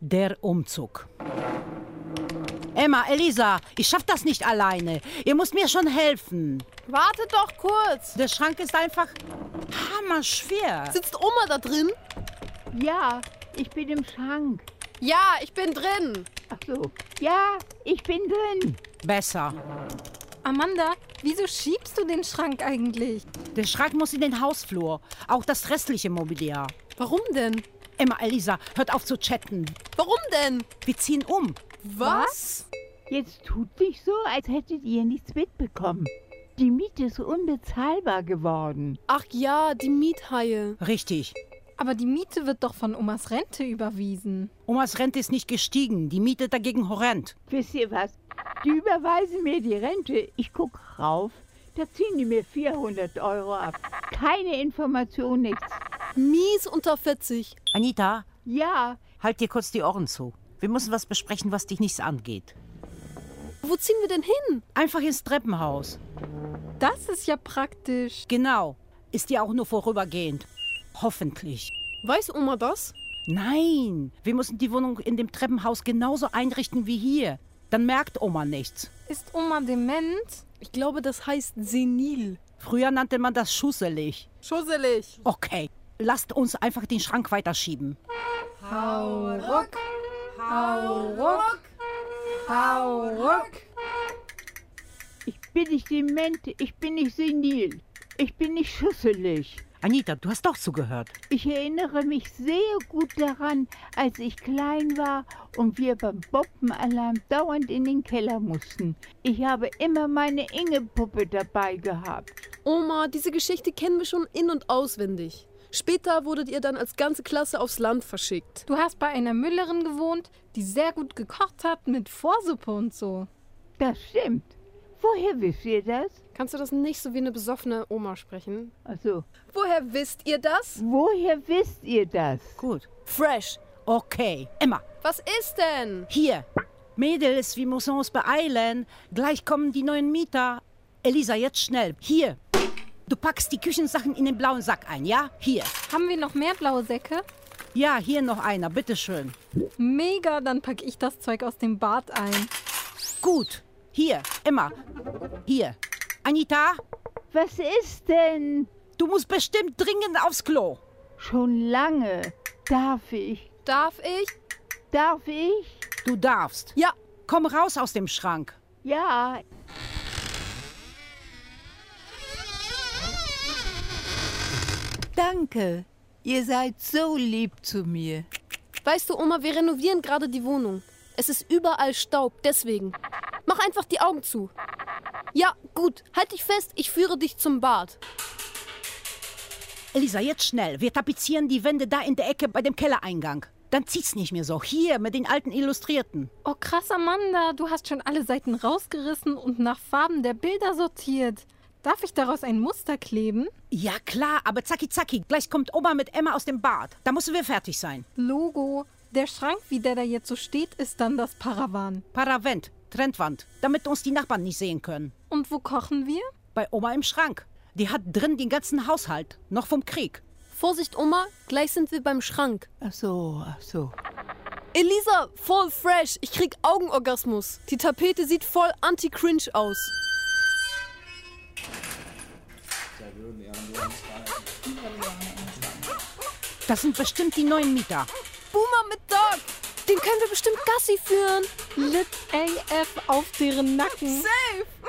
Der Umzug. Emma, Elisa, ich schaff das nicht alleine. Ihr müsst mir schon helfen. Wartet doch kurz. Der Schrank ist einfach hammerschwer. Sitzt Oma da drin? Ja, ich bin im Schrank. Ja, ich bin drin. Ach so. Ja, ich bin drin. Besser. Amanda, wieso schiebst du den Schrank eigentlich? Der Schrank muss in den Hausflur. Auch das restliche Mobiliar. Warum denn? Emma, Elisa, hört auf zu chatten. Warum denn? Wir ziehen um. Was? Jetzt tut nicht so, als hättet ihr nichts mitbekommen. Die Miete ist unbezahlbar geworden. Ach ja, die Miethaie. Richtig. Aber die Miete wird doch von Omas Rente überwiesen. Omas Rente ist nicht gestiegen, die Miete dagegen horrend. Wisst ihr was? Die überweisen mir die Rente. Ich guck rauf. Da ziehen die mir 400 Euro ab. Keine Information, nichts. Mies unter 40. Anita, Ja, halt dir kurz die Ohren zu. Wir müssen was besprechen, was dich nichts angeht. Wo ziehen wir denn hin? Einfach ins Treppenhaus. Das ist ja praktisch. Genau. Ist ja auch nur vorübergehend. Hoffentlich. Weiß Oma das? Nein, wir müssen die Wohnung in dem Treppenhaus genauso einrichten wie hier. Dann merkt Oma nichts. Ist Oma dement? Ich glaube, das heißt senil. Früher nannte man das schusselig. Schusselig. Okay, lasst uns einfach den Schrank weiterschieben. ich bin nicht dement, ich bin nicht senil. Ich bin nicht schusselig. Anita, du hast doch zugehört. Ich erinnere mich sehr gut daran, als ich klein war und wir beim Bombenalarm dauernd in den Keller mussten. Ich habe immer meine Inge-Puppe dabei gehabt. Oma, diese Geschichte kennen wir schon in- und auswendig. Später wurdet ihr dann als ganze Klasse aufs Land verschickt. Du hast bei einer Müllerin gewohnt, die sehr gut gekocht hat mit Vorsuppe und so. Das stimmt. Woher wisst ihr das? Kannst du das nicht so wie eine besoffene Oma sprechen? Also, Woher wisst ihr das? woher wisst ihr das? Gut. Fresh. Okay, Emma, Was ist denn? Hier, Mädels, wir müssen uns beeilen. Gleich kommen die neuen Mieter. Elisa, jetzt schnell. Hier. Du packst die Küchensachen in den blauen Sack ein, ja? Hier. Haben wir noch mehr blaue Säcke? Ja, hier noch einer, bitteschön. Mega, dann packe ich das Zeug aus dem Bad ein. Gut. Hier, Emma. Hier. Anita, Was ist denn? du musst bestimmt dringend aufs Klo. Schon lange. Darf ich? Darf ich? Darf ich? Du darfst. Ja. Komm raus aus dem Schrank. Ja, Danke. Ihr seid so lieb zu mir. Weißt du, Oma, wir renovieren gerade die Wohnung. Es ist überall Staub, deswegen. Mach einfach die Augen zu. Ja, gut. Halt dich fest, ich führe dich zum Bad. Elisa, jetzt schnell. Wir tapezieren die Wände da in der Ecke bei dem Kellereingang. Dann zieht's nicht mehr so. Hier mit den alten Illustrierten. Oh krass, Amanda, du hast schon alle Seiten rausgerissen und nach Farben der Bilder sortiert. Darf ich daraus ein Muster kleben? Ja, klar, aber zacki zacki, gleich kommt Oma mit Emma aus dem Bad. Da müssen wir fertig sein. Logo. Der Schrank, wie der da jetzt so steht, ist dann das Paravan. Paravent, Trendwand, damit uns die Nachbarn nicht sehen können. Und wo kochen wir? Bei Oma im Schrank. Die hat drin den ganzen Haushalt, noch vom Krieg. Vorsicht, Oma, gleich sind wir beim Schrank. Ach so, ach so. Elisa, voll fresh. Ich krieg Augenorgasmus. Die Tapete sieht voll anti-cringe aus. Das sind bestimmt die neuen Mieter. Boomer mit Dog. Den können wir bestimmt Gassi führen. Lit AF auf deren Nacken. Safe.